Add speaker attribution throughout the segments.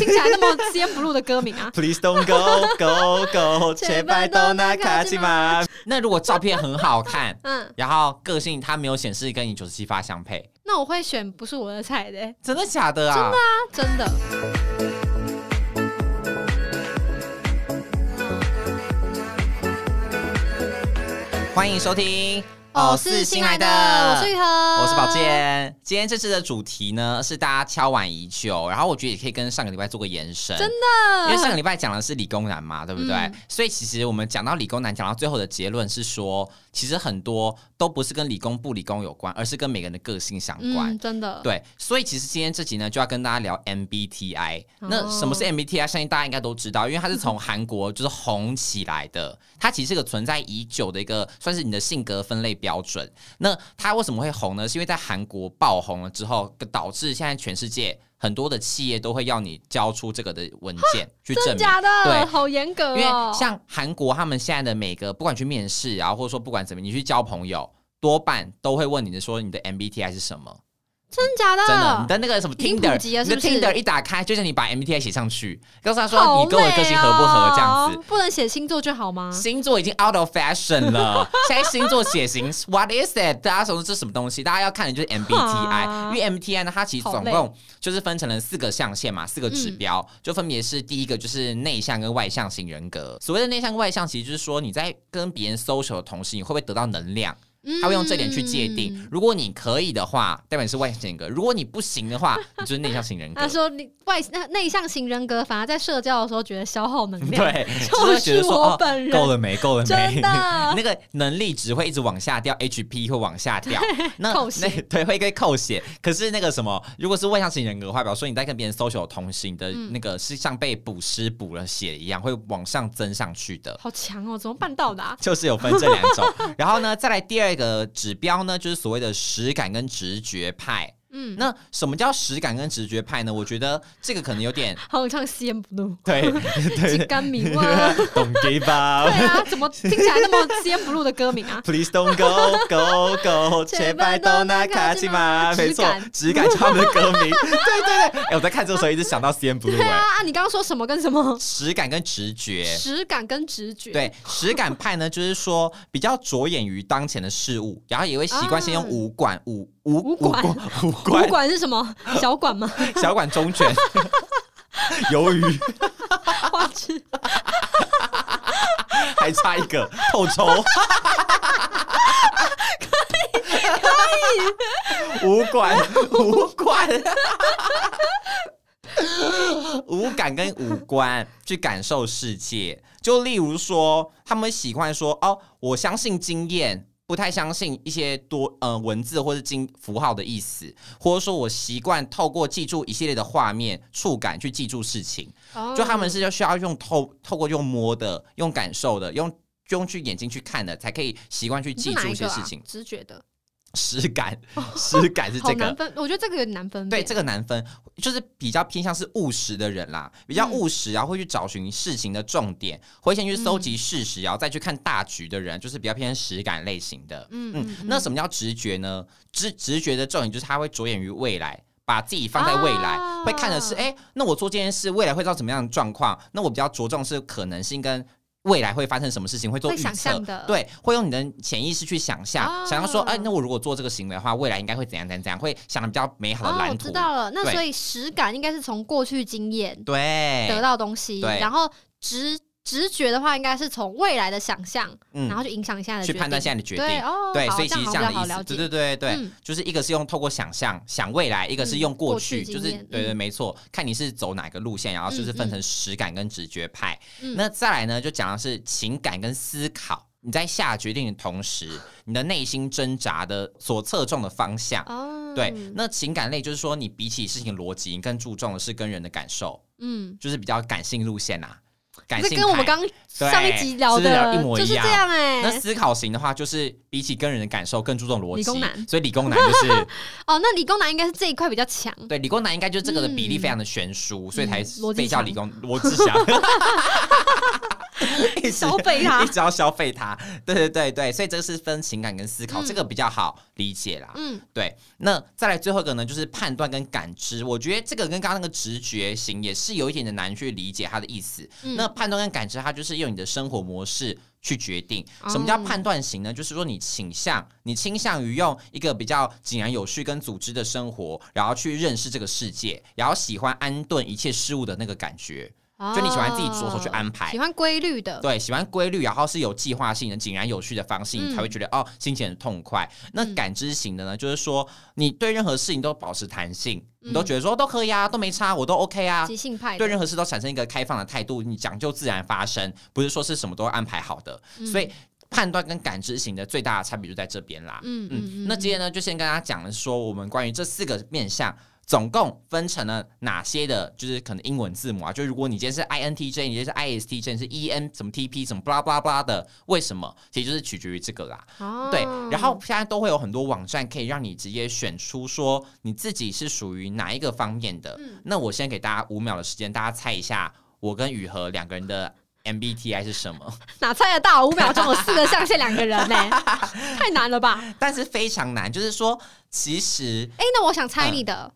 Speaker 1: 听起来那么直接不入的歌 名啊。
Speaker 2: Please don't go go go，切拜都那卡基玛。
Speaker 3: 那如果照片很好看，
Speaker 1: 嗯，
Speaker 3: 然后个性它没有显示跟你九十七发相配，
Speaker 1: 那我会选不是我的菜的、欸，
Speaker 3: 真的假的啊？
Speaker 1: 啊，真的。
Speaker 3: 欢迎收听，哦
Speaker 1: 我哦是新来的，我是玉和，
Speaker 3: 我
Speaker 1: 我
Speaker 3: 是宝。健。今天这次的主题呢是大家敲碗已久，然后我觉得也可以跟上个礼拜做个延伸，真的因为上个礼拜讲的是理工男嘛，对不对？
Speaker 1: 嗯
Speaker 3: 所以其实我们讲到理工男，讲到最后的结论是说，其实很多都不是跟理工不理工有关，而是跟每个人的个性相关。
Speaker 1: 嗯，真的。
Speaker 3: 对，所以其实今天这集呢，就要跟大家聊 MBTI。那
Speaker 1: 哦
Speaker 3: 什么是 MBTI？相信大家应该都知道，因为它是从韩国就是红起来的，它其实是个存在已久的一个，算是你的性格分类标准。那它为什么会红呢？是因为在韩国爆红了之后，导致现在全世界很多的企业都会要你交出这个的文 件去证
Speaker 1: 真
Speaker 3: 明。
Speaker 1: 假
Speaker 3: 对
Speaker 1: 的，好严格
Speaker 3: 因
Speaker 1: 哦。
Speaker 3: 为像韩国他们现在的每个，不管去面试啊，或者说不管怎么，你去交朋友，多半都会问你的说你的 MBTI 是什么。
Speaker 1: 真假的，
Speaker 3: 真的，你的那个什么
Speaker 1: 嗯已经
Speaker 3: Tinder，
Speaker 1: 普及了
Speaker 3: 你
Speaker 1: 是不
Speaker 3: 的
Speaker 1: 是
Speaker 3: Tinder 一打开，就是你把 MBTI 写上去，告诉他说
Speaker 1: 好哦
Speaker 3: 你跟我的个性合不合这样
Speaker 1: 累
Speaker 3: 子
Speaker 1: 哦。不能写星座就好吗？
Speaker 3: 星座已经 out of fashion 了，现在星座血型 what is it？大家说这是什么东西？大家要看的就是 MBTI，
Speaker 1: 哈
Speaker 3: 因为 MBTI 呢，它其实总
Speaker 1: 好累嗯
Speaker 3: 共就是分成了四个象限嘛，四个指标，就分别是第一个就是内向跟外向型人格。所谓的内向跟外向，其实就是说你在跟别人 social 的同时，你会不会得到能量？
Speaker 1: 嗯
Speaker 3: 他会用这点去界定。如果你可以的话，代表你是外向型人格；如果你不行的话， 你就是内向型人格
Speaker 1: 他。 说你外那内向型人格，反而在社交的时候觉得消耗能量。，
Speaker 3: 对，就是
Speaker 1: 就
Speaker 3: 会觉
Speaker 1: 是
Speaker 3: 得说
Speaker 1: 我
Speaker 3: 哦，
Speaker 1: 本人，
Speaker 2: 够了没？够了
Speaker 1: 真
Speaker 2: 没？
Speaker 1: 的。
Speaker 3: 那个能力值会一直往下掉，HP 会往下掉，那
Speaker 1: 扣血
Speaker 3: 那对会被扣血。可是那个什么，如果是外向型人格的话，比如说你在跟别人 social 的同时，你的
Speaker 1: 嗯
Speaker 3: 那个是像被补湿补了血一样，会往上增上去的。
Speaker 1: 好强哦！怎么办到的、啊？
Speaker 3: 就是有分这两 种，然后呢，再来第二个指标呢，就是所谓的实感跟直觉派。
Speaker 1: 嗯，
Speaker 3: 那什么叫实感跟直觉派呢？我觉得这个可能有点
Speaker 1: 好像唱 CM Blue
Speaker 3: 对
Speaker 1: 金
Speaker 3: 对
Speaker 1: 甘 米哇，
Speaker 2: 懂 give
Speaker 1: 对
Speaker 2: up。
Speaker 1: 啊，怎么听起来那么 CM Blue 的歌名啊？
Speaker 2: Please don't go go go，切拜都那卡基玛。没错，质感就是他们的歌 名。对对对，
Speaker 3: 哎、我在看这个时候一直想到 CN Blue
Speaker 1: 对
Speaker 3: 哎、
Speaker 1: 啊，啊，你刚刚说什么跟什 么？
Speaker 3: 实感跟直觉。
Speaker 1: 实感跟直觉，，
Speaker 3: 对，实感派呢，就是说比较着眼于当前的事物，然后也会习惯先用
Speaker 1: 啊
Speaker 3: 五管五五
Speaker 1: 五管
Speaker 3: 五
Speaker 1: 武
Speaker 3: 管
Speaker 1: 馆是什么？小馆 吗？
Speaker 3: 小管中卷， 鱿鱼
Speaker 1: 花痴，
Speaker 3: 还差一个透抽。 五管五管，五感跟五官去感受世界。就例如说，他们喜欢说：“哦，我相信经验，不太相信一些多呃文字或是经符号的意思，或者说我习惯透过记住一系列的画面触感去记住事情。”
Speaker 1: 哦
Speaker 3: 就他们是要需要用透透过用摸的、用感受的、用用去眼睛去看的，才可以习惯去
Speaker 1: 你是
Speaker 3: 记
Speaker 1: 哪
Speaker 3: 住一
Speaker 1: 一
Speaker 3: 些
Speaker 1: 个
Speaker 3: 事
Speaker 1: 啊
Speaker 3: 情？。
Speaker 1: 直觉的，
Speaker 3: 实感，实感是
Speaker 1: 好
Speaker 3: 这个
Speaker 1: 难。分，我觉得这个有点难分
Speaker 3: 对
Speaker 1: 辨。
Speaker 3: 这个难分，就是比较偏向是务实的人啦，
Speaker 1: 嗯
Speaker 3: 比较务实，然后会去找寻事情的重点，会先去搜
Speaker 1: 嗯
Speaker 3: 集事实，然后再去看大局的人，就是比较偏实感类型的。
Speaker 1: 嗯
Speaker 3: 嗯，那什么叫直觉呢？直直觉的重点就是他会着眼于未来，把自己放在未来，
Speaker 1: 啊
Speaker 3: 会看的是，哎、那我做这件事未来会到什么样的状况？那我比较着重是可能性跟。未来会发生什么事情？会做
Speaker 1: 会
Speaker 3: 预
Speaker 1: 想
Speaker 3: 测
Speaker 1: 象的，
Speaker 3: 对，会用你的潜意识去想象，
Speaker 1: 啊
Speaker 3: 想要说，哎、那我如果做这个行为的话，未来应该会怎样怎样怎样，会想的比较美好的
Speaker 1: 哦，我
Speaker 3: 蓝图。
Speaker 1: 知道了。那
Speaker 3: 对
Speaker 1: 所以实感应该是从过去经验得
Speaker 3: 对，
Speaker 1: 到东西，
Speaker 3: 对
Speaker 1: 然后直直觉的话，应该是从未来的想象，然
Speaker 3: 嗯，
Speaker 1: 后去影响现在的
Speaker 3: 去判断现
Speaker 1: 在
Speaker 3: 在的决
Speaker 1: 对
Speaker 3: 定。
Speaker 1: 哦，
Speaker 3: 对，
Speaker 1: 好
Speaker 3: 所以其实
Speaker 1: 这
Speaker 3: 这
Speaker 1: 样
Speaker 3: 样
Speaker 1: 好像比较
Speaker 3: 的
Speaker 1: 好
Speaker 3: 意思，
Speaker 1: 了解
Speaker 3: 对对对对，
Speaker 1: 嗯
Speaker 3: 就是一个是用透过想象想未来，一个是
Speaker 1: 嗯
Speaker 3: 用过
Speaker 1: 过
Speaker 3: 去，
Speaker 1: 去
Speaker 3: 就
Speaker 1: 经
Speaker 3: 是
Speaker 1: 验
Speaker 3: 对对
Speaker 1: 嗯
Speaker 3: 没错，看你是走哪个路线，然后就是分成实感跟直觉派。
Speaker 1: 嗯
Speaker 3: 那再来呢，就讲的是情感跟思考。你在下决定的同时，你的内心挣扎的所侧重的方向，
Speaker 1: 哦，
Speaker 3: 对，那情感类就是说，你比起事情的逻辑，你更注重的是跟人的感受，
Speaker 1: 嗯，
Speaker 3: 就是比较感性路线啦、感
Speaker 1: 这
Speaker 3: 性
Speaker 1: 跟我们
Speaker 3: 派
Speaker 1: 刚上一集聊
Speaker 3: 是不是聊
Speaker 1: 的
Speaker 3: 一模一
Speaker 1: 就
Speaker 3: 样
Speaker 1: 是这样哎、
Speaker 3: 那思考型的话，就是比起跟人的感受更注重逻辑，
Speaker 1: 理工男
Speaker 3: 所以理工男就是
Speaker 1: 哦，那理工男应该是这一块比较强，
Speaker 3: 对理工男应该就是这个
Speaker 1: 嗯
Speaker 3: 的比例非常的悬殊，所以 才
Speaker 1: 嗯逻辑
Speaker 3: 被叫
Speaker 1: 强
Speaker 3: 理工逻辑强。一直
Speaker 1: 消费它
Speaker 3: 一直要消费它。对对对对，所以这个是分情感跟思考，
Speaker 1: 嗯
Speaker 3: 这个比较好理解啦。
Speaker 1: 嗯，
Speaker 3: 对，那再来最后一个呢，就是判断跟感知。我觉得这个跟刚刚那个直觉型也是有一点的难去理解它的意思。
Speaker 1: 嗯
Speaker 3: 那判断跟感知，它就是用你的生活模式去决定。
Speaker 1: 哦
Speaker 3: 什么叫判断型呢？就是说你倾向，你倾向于用一个比较井然有序跟组织的生活，然后去认识这个世界，然后喜欢安顿一切事物的那个感觉。就你喜欢自己着手去安排
Speaker 1: 哦喜欢规律的，
Speaker 3: 对，喜欢规律，然后是有计划性的、井然有序的方式，你才会觉得、哦，心情很痛快。那
Speaker 1: 嗯
Speaker 3: 感知型的呢，就是说你对任何事情都保持弹性，你都
Speaker 1: 嗯
Speaker 3: 觉得说都可以啊，都没差，我都 OK 啊。
Speaker 1: 即兴派的，
Speaker 3: 对任何事都产生一个开放的态度，你讲究自然发生，不是说是什么都安排好的。
Speaker 1: 嗯
Speaker 3: 所以判断跟感知型的最大的差别就在这边啦。
Speaker 1: 嗯
Speaker 3: 嗯，那今天呢，就先跟大家讲的是说，我们关于这四个面向。总共分成了哪些的，就是可能英文字母啊？就如果你今天是 INTJ，你今天是 ISTJ，你是 EN 什么 TP 什么 blah blah blah 的，为什么？其实就是取决于这个啦。
Speaker 1: 哦
Speaker 3: 对，然后现在都会有很多网站可以让你直接选出说你自己是属于哪一个方面的。
Speaker 1: 嗯
Speaker 3: 那我先给大家五秒的时间，大家猜一下我跟雨禾两个人的 MBTI 是什么？
Speaker 1: 哪猜得到？五秒钟有四个象限，两个人呢、太难了吧？
Speaker 3: 但是非常难，就是说，其实
Speaker 1: 哎、那我想猜你的，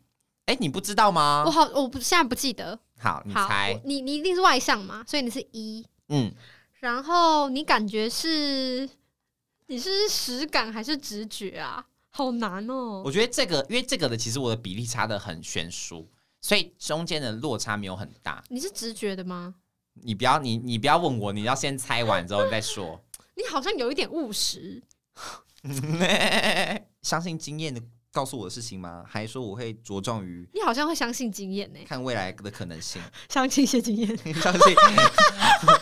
Speaker 3: 哎，你不知道吗
Speaker 1: 我？好，我不现在不记得。
Speaker 3: 好，你
Speaker 1: 好，
Speaker 3: 猜
Speaker 1: 我，你你一定是外向嘛，所以你是一，
Speaker 3: 嗯，
Speaker 1: 然后你感觉是你是实感还是直觉啊？好难哦、
Speaker 3: 我觉得这个，因为这个的其实我的比例差的很悬殊。所以中间的落差没有很大，
Speaker 1: 你是直觉的吗？
Speaker 3: 你不要你你不要问我，你要先猜完之后再说。
Speaker 1: 你好像有一点务实，
Speaker 3: 相信经验的告诉我的事情吗？还说我会着重于
Speaker 1: 你好像会相信经验呢、
Speaker 3: 看未来的可能性？
Speaker 1: 相信一些经验。
Speaker 3: 相信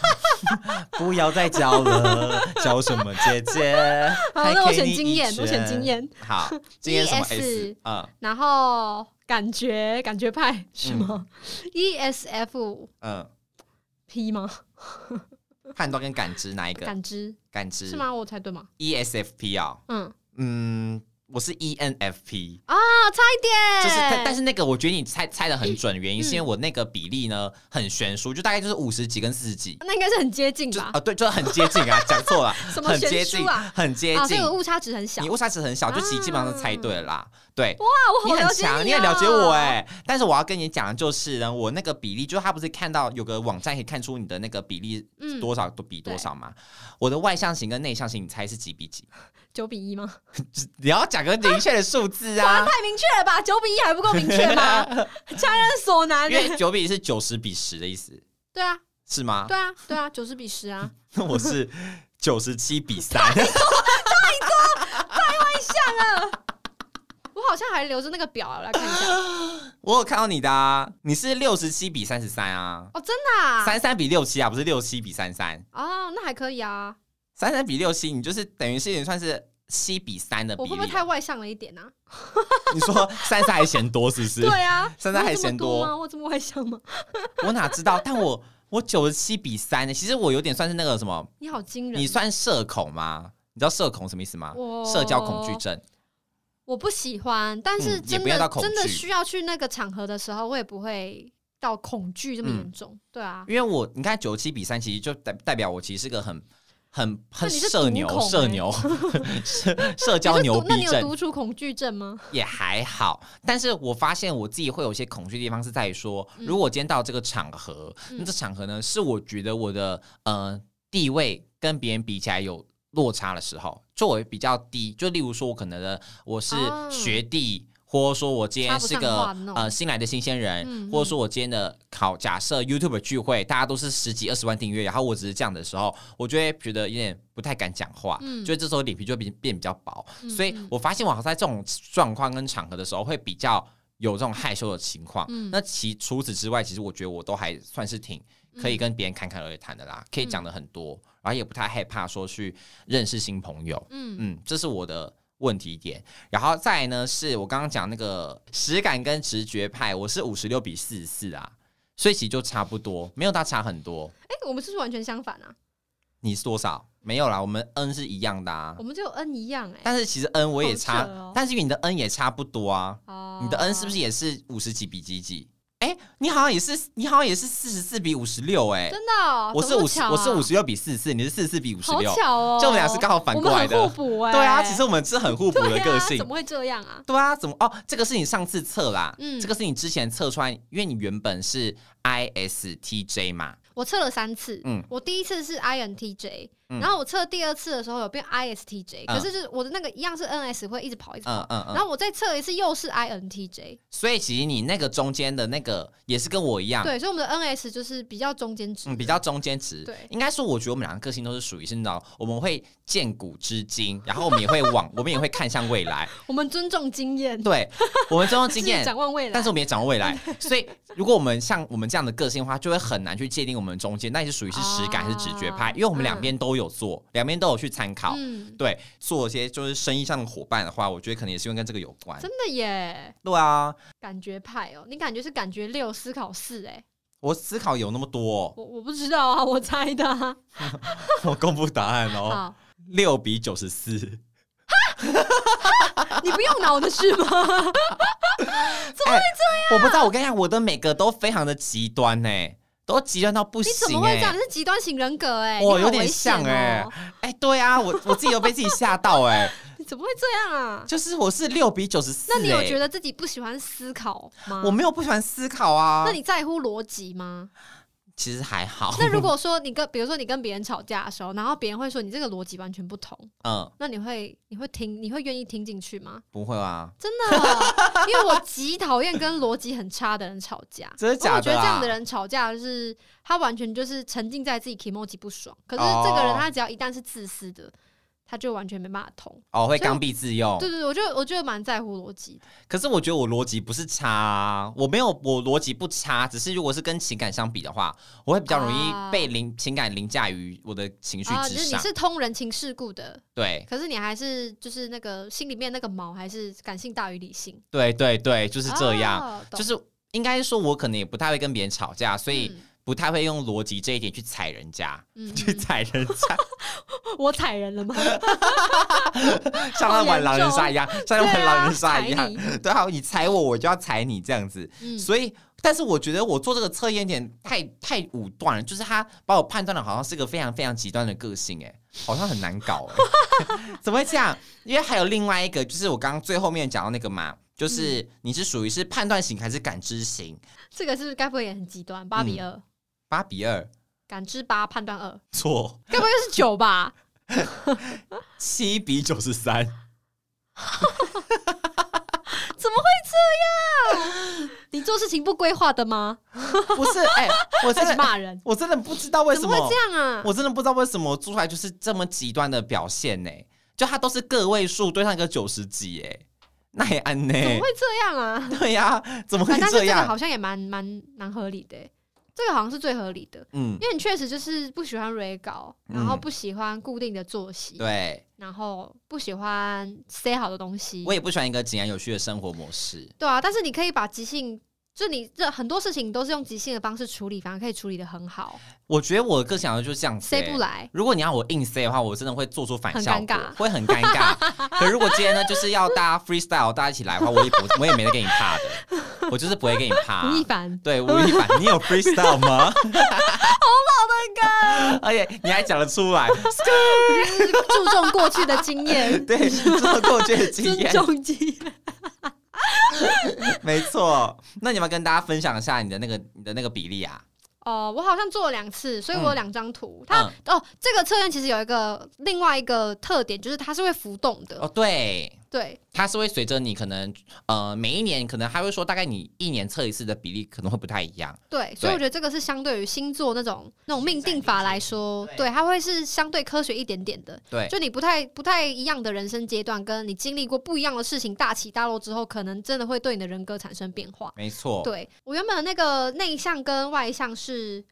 Speaker 3: 不要再教 了，教什么姐姐？
Speaker 1: 好，
Speaker 3: 还
Speaker 1: 那我
Speaker 3: 给
Speaker 1: 选
Speaker 3: 你
Speaker 1: 经
Speaker 3: 一
Speaker 1: 验，我选
Speaker 3: 拳
Speaker 1: 经验，。 E
Speaker 3: 好，经验什么
Speaker 1: ES
Speaker 3: S？嗯
Speaker 1: 然后感觉感觉派是吗、e s f
Speaker 3: 嗯，
Speaker 1: P 吗？
Speaker 3: 判断跟感知哪一个？
Speaker 1: 感知
Speaker 3: 感知
Speaker 1: 是？吗？我猜对吗？
Speaker 3: ？ESFP 啊、
Speaker 1: 嗯，
Speaker 3: 嗯，我是 ENFP。
Speaker 1: 啊，差一点，
Speaker 3: 就是，但但是那个我觉得你猜猜的很
Speaker 1: 嗯
Speaker 3: 准，原因是因为我那个比例呢很悬殊，就大概就是五十几跟四十几，
Speaker 1: 那应该是很接近
Speaker 3: 就啊、
Speaker 1: 吧？
Speaker 3: 对，就很接近 啊，讲错了，
Speaker 1: 什么
Speaker 3: 很
Speaker 1: 悬
Speaker 3: 接
Speaker 1: 殊
Speaker 3: 近
Speaker 1: 啊，
Speaker 3: 很接
Speaker 1: 啊，这
Speaker 3: 近。
Speaker 1: 个误啊差值很小。
Speaker 3: 你
Speaker 1: 哇，
Speaker 3: 误差值很小，就其实基本上是猜对了啦。对，
Speaker 1: 我
Speaker 3: 你
Speaker 1: 好
Speaker 3: 很
Speaker 1: 了解
Speaker 3: 强，
Speaker 1: 你
Speaker 3: 你
Speaker 1: 哦
Speaker 3: 很了解我。哎、但是我要跟你讲，的就是呢，我那个比例，就是他不是看到有个网站可以看出你的那个比例
Speaker 1: 嗯，
Speaker 3: 多少都比多少吗？我的外向型跟内向型，你猜是几比几？
Speaker 1: 九比一吗？
Speaker 3: 你要讲个明确的数 字
Speaker 1: 哇，
Speaker 3: 啊，
Speaker 1: 太明确了吧？九比一还不够明确 吗？强人所难
Speaker 3: 因
Speaker 1: 欸。
Speaker 3: 为九比是九十比十的意思，
Speaker 1: 对啊，
Speaker 3: 是吗？
Speaker 1: 对啊，对啊，九十比十啊，
Speaker 3: 那我是九十七比三。
Speaker 1: 我好像还留着那个表我来看一下。
Speaker 3: 我有看到你的啊，你是六十七比三十三啊，
Speaker 1: 哦，真的啊？
Speaker 3: 三三比六七啊，不是六七比三三，
Speaker 1: 哦，那还可以啊。
Speaker 3: 三三比六七，你就是等于是有点算是七比三的比
Speaker 1: 我
Speaker 3: 例啊。
Speaker 1: 会不会太外向了一点啊？
Speaker 3: 你说三三还嫌多是不是？
Speaker 1: 对啊，
Speaker 3: 三三
Speaker 1: 我
Speaker 3: 还
Speaker 1: 这么
Speaker 3: 嫌
Speaker 1: 多
Speaker 3: 多
Speaker 1: 吗？我这么外向吗？
Speaker 3: 我哪知道？但我我九十七比三呢，欸其实我有点算是那个什么，
Speaker 1: 你好惊人！
Speaker 3: 你算社恐吗？你知道社恐什么意思吗？
Speaker 1: 我
Speaker 3: 社交恐惧症。
Speaker 1: 我不喜欢，但是
Speaker 3: 嗯也
Speaker 1: 真
Speaker 3: 不要
Speaker 1: 的、
Speaker 3: 到恐
Speaker 1: 真的
Speaker 3: 惧
Speaker 1: 需要去那个场合的时候，我也不会到恐惧这么
Speaker 3: 嗯
Speaker 1: 严重。对啊，
Speaker 3: 因为我你看九七比三，其实就代代表我其实是个很很很
Speaker 1: 那你是
Speaker 3: 社牛
Speaker 1: 独、恐欸
Speaker 3: 社 牛、 社社
Speaker 1: 你
Speaker 3: 交
Speaker 1: 是
Speaker 3: 牛
Speaker 1: 独那
Speaker 3: 逼
Speaker 1: 你有
Speaker 3: 症
Speaker 1: 独处恐惧症吗？
Speaker 3: 也还好。但是我发现我自己会有一些恐惧的地方是在于说，
Speaker 1: 嗯
Speaker 3: 如果我今天到这个场合，
Speaker 1: 嗯
Speaker 3: 那这场合呢是我觉得我的呃地位跟别人比起来有。落差的时候，就我会比较低。就例如说，我可能的我是
Speaker 1: 哦
Speaker 3: 学弟，或者说我今天是
Speaker 1: 插不上
Speaker 3: 个
Speaker 1: 话的那种
Speaker 3: 呃新来的新鲜人，
Speaker 1: 嗯嗯
Speaker 3: 或者说我今天的考假设 YouTube 聚会，大家都是十几二十万订阅，然后我只是这样的时候，我就会觉得有点不太敢讲话，
Speaker 1: 嗯
Speaker 3: 就这时候脸皮就会变变比较薄。
Speaker 1: 嗯
Speaker 3: 所以我发现我好像在这种状况跟场合的时候，会比较有这种害羞的情况。
Speaker 1: 嗯
Speaker 3: 那其除此之外，其实我觉得我都还算是挺可以
Speaker 1: 嗯
Speaker 3: 跟别人侃侃而谈的啦，可以讲的很多，然后也不太害怕说去认识新朋友。
Speaker 1: 嗯
Speaker 3: 嗯，这是我的问题点。然后再来呢，是我刚刚讲那个实感跟直觉派，我是五十六比四十四啊，所以其实就差不多，没有大差很多。
Speaker 1: 哎、我们是不是完全相反啊？
Speaker 3: 你是多少？没有啦，我们 N 是一样的啊
Speaker 1: 我。们只有 N 一样哎、
Speaker 3: 但是其实 N 我也
Speaker 1: 好
Speaker 3: 差，
Speaker 1: 扯哦
Speaker 3: 但是因为你的 N 也差不多啊。
Speaker 1: 哦
Speaker 3: 你的 N 是不
Speaker 1: 是？
Speaker 3: 是也是五十几比几几？哎、你好像也是，你好像也是四十四比五十六，哎，
Speaker 1: 真的哦、
Speaker 3: 我是
Speaker 1: 怎么
Speaker 3: 五十、
Speaker 1: 巧啊
Speaker 3: 我是五十六比四十四，你是四十四比五十
Speaker 1: 好
Speaker 3: 六，
Speaker 1: 巧哦，
Speaker 3: 就我们俩是刚好反
Speaker 1: 我
Speaker 3: 过
Speaker 1: 们
Speaker 3: 来
Speaker 1: 很
Speaker 3: 的。
Speaker 1: 互补哎、
Speaker 3: 对啊，其实我们是很互补的
Speaker 1: 对啊
Speaker 3: 个性
Speaker 1: 怎。么会这样啊？
Speaker 3: 对啊，怎么哦？这个是你上次测啦，
Speaker 1: 嗯
Speaker 3: 这个是你之前测出来，因为你原本是 ISTJ 嘛，
Speaker 1: 我测了三次，
Speaker 3: 嗯
Speaker 1: 我第一次是 INTJ，、
Speaker 3: 嗯
Speaker 1: 然后我测第二次的时候有变 ISTJ，、
Speaker 3: 嗯
Speaker 1: 可是就是我的那个一样是 NS 会一直跑一直跑，
Speaker 3: 嗯嗯
Speaker 1: 然
Speaker 3: 嗯。
Speaker 1: 后我再测一次又是 INTJ，、
Speaker 3: 所以其实你那个中间的那个也是跟我一样，
Speaker 1: 对，所以我们的 NS 就是比较中间值、
Speaker 3: 啊嗯，比较中间值。
Speaker 1: 对
Speaker 3: 应该说，我觉得我们两个个性都是属于是那种我们会见古知今，然后我们也会往，我们也会看向未来。
Speaker 1: 我们尊重经验，
Speaker 3: 对，我们这种经
Speaker 1: 是
Speaker 3: 验，
Speaker 1: 展望未来，
Speaker 3: 但是我们也掌握未来。所以，如果我们像我们这样的个性的话，就会很难去界定我们中间，那是属于是实感还是直觉派，
Speaker 1: 啊
Speaker 3: 因为我们两边都有做，两边都有去参考。
Speaker 1: 嗯，
Speaker 3: 对，做一些就是生意上的伙伴的话，我觉得可能也是因为跟这个有关
Speaker 1: 真。的耶，
Speaker 3: 对啊，
Speaker 1: 感觉派哦，你感觉是感觉六，思考四，哎，
Speaker 3: 我思考有那么多哦，
Speaker 1: 我我不知道啊，我猜的啊、
Speaker 3: 我公布答案 哦，
Speaker 1: 好，
Speaker 3: 六比九十四。
Speaker 1: 你不用脑的是吗？
Speaker 3: 哎我不知道，我跟你讲，我的每个都非常的极端呢、都极端到 不
Speaker 1: 你怎
Speaker 3: 行
Speaker 1: 么会
Speaker 3: 哎、
Speaker 1: 这样？你是极端型人格哎、你
Speaker 3: 我
Speaker 1: 好
Speaker 3: 有点
Speaker 1: 危险
Speaker 3: 像哎、
Speaker 1: 哦
Speaker 3: 哎、对啊，我我自己都被自己吓到哎、
Speaker 1: 你怎么会这样啊？
Speaker 3: 就是我是六比九十四、
Speaker 1: 那你有觉
Speaker 3: 得？
Speaker 1: 得自己不喜欢思考吗？
Speaker 3: 我没有不喜欢思考啊。
Speaker 1: 那你在乎逻辑吗？
Speaker 3: 其实还好。
Speaker 1: 那如果说你跟， 比如说你跟别人吵架的时候，然后别人会说你这个逻辑完全不同，
Speaker 3: 嗯，
Speaker 1: 那你会你会听，你会愿意听进去吗？
Speaker 3: 不会啊，
Speaker 1: 真的哦，因为我极讨厌跟逻辑很差的人吵架。
Speaker 3: 真的
Speaker 1: 因为
Speaker 3: 假
Speaker 1: 我觉
Speaker 3: 的、啊？
Speaker 1: 得这样的人吵架就是他完全就是沉浸在自己 emoji 不爽，可是
Speaker 3: 哦
Speaker 1: 这个人他只要一旦是自私的，他就完全没办法通。
Speaker 3: 哦，会刚愎自用
Speaker 1: 对。对对，我就我就蛮在乎逻辑的。
Speaker 3: 可是我觉得我逻辑不是差、啊，我没有我逻辑不差，只是如果是跟情感相比的话，我会比较容易
Speaker 1: 啊
Speaker 3: 被凌、情感凌驾于我的情绪
Speaker 1: 啊，
Speaker 3: 之
Speaker 1: 就是你
Speaker 3: 上。
Speaker 1: 是通人情世故的，
Speaker 3: 对
Speaker 1: 可是你还是就是那个心里面那个毛，还是感性大于理性，
Speaker 3: 对对对，就是这样。
Speaker 1: 哦懂
Speaker 3: 就是应该说，我可能也不太会跟别人吵架，所以
Speaker 1: 嗯
Speaker 3: 不太会用逻辑这一点去踩人家，
Speaker 1: 嗯
Speaker 3: 去踩 人家，
Speaker 1: 我踩人 了吗？
Speaker 3: 像他玩狼人杀一样，像他玩 狼人杀一样
Speaker 1: 对啊，
Speaker 3: 对啊，你踩我，我就要踩你这样子。
Speaker 1: 嗯，
Speaker 3: 所以，但是我觉得我做这个测验点太太武断了，就是他把我判断的好像是个非常非常极端的个性，哎，好像很难搞，哎， 怎么会这样？因为还有另外一个，就是我刚刚最后面讲到那个嘛，
Speaker 1: 嗯
Speaker 3: 就是你是属于是判断型还是感知型？
Speaker 1: 这个是不是该不会也很极
Speaker 3: 嗯
Speaker 1: 端？八比二、
Speaker 3: 八比二，
Speaker 1: 感知八，判断二，
Speaker 3: 错。
Speaker 1: 该不会是九吧？
Speaker 3: 七比九十三，
Speaker 1: 怎么会这样？你做事情不规划的吗？
Speaker 3: 不是 哎、我
Speaker 1: 开
Speaker 3: 真
Speaker 1: 始
Speaker 3: 的
Speaker 1: 骂人，
Speaker 3: 我真的不知道为什
Speaker 1: 怎
Speaker 3: 么
Speaker 1: 么会这样啊？
Speaker 3: 我真的不知道为什么我做出来就是这么极端的表现呢、就它都是个位数对上一个九十几哎、那也安呢、
Speaker 1: 怎么会这样啊？
Speaker 3: 对呀、哎怎么会
Speaker 1: 哎但是
Speaker 3: 这
Speaker 1: 这个
Speaker 3: 样？
Speaker 1: 好像也蛮蛮蛮合理的欸，这个好像是最合理的。
Speaker 3: 嗯，
Speaker 1: 因为你确实就是不喜欢 re 搞，然后
Speaker 3: 嗯
Speaker 1: 不喜欢固定的作息，
Speaker 3: 对
Speaker 1: 然后不喜欢 stay 好的东西
Speaker 3: 我。也不喜欢一个井然有序的生活模式。
Speaker 1: 对啊，但是你可以把即兴，就你这很多事情都是用即兴的方式处理，反而可以处理的很好
Speaker 3: 我觉得我更想要就是这样子、
Speaker 1: ，stay 不
Speaker 3: 欸。
Speaker 1: 来。
Speaker 3: 如果你要我硬 say 的话，我真的会做出反效
Speaker 1: 很
Speaker 3: 果
Speaker 1: 尴尬，
Speaker 3: 会很尴 尬。可如果今天呢，就是要大家 freestyle，大家一起来的话，我也不，我也没得给你怕的，我就是不会给你 怕、
Speaker 1: 吴亦凡，
Speaker 3: 对，吴亦凡，你有 freestyle 吗？好老的歌，而且你还讲得出来，
Speaker 1: 就是注重过去的经验，
Speaker 3: 对，这是过去的经
Speaker 1: 尊
Speaker 3: 验，
Speaker 1: 重经验。
Speaker 3: 没错。那你们跟大家分享一下你的那个你的那个比例啊？
Speaker 1: 哦，我好像做了两次，所以我有两张图。它
Speaker 3: 嗯
Speaker 1: 哦，这个测验其实有一个另外一个特点，就是它是会浮动的。
Speaker 3: 哦，对，
Speaker 1: 对，
Speaker 3: 它是会随着你可能呃每一年可能还会说大概你一年测一次的比例可能会不太一样，
Speaker 1: 对，所以我觉得这个是相对于星座那种那种命定法来说，
Speaker 3: 对
Speaker 1: 对，它会是相对科学一点点的。
Speaker 3: 对
Speaker 1: 就你不太不太一样的人生阶段，跟你经历过不一样的事情，大起大落之后，可能真的会对你的人格产生变化。
Speaker 3: 没错。
Speaker 1: 对我原本的那个内向跟外向是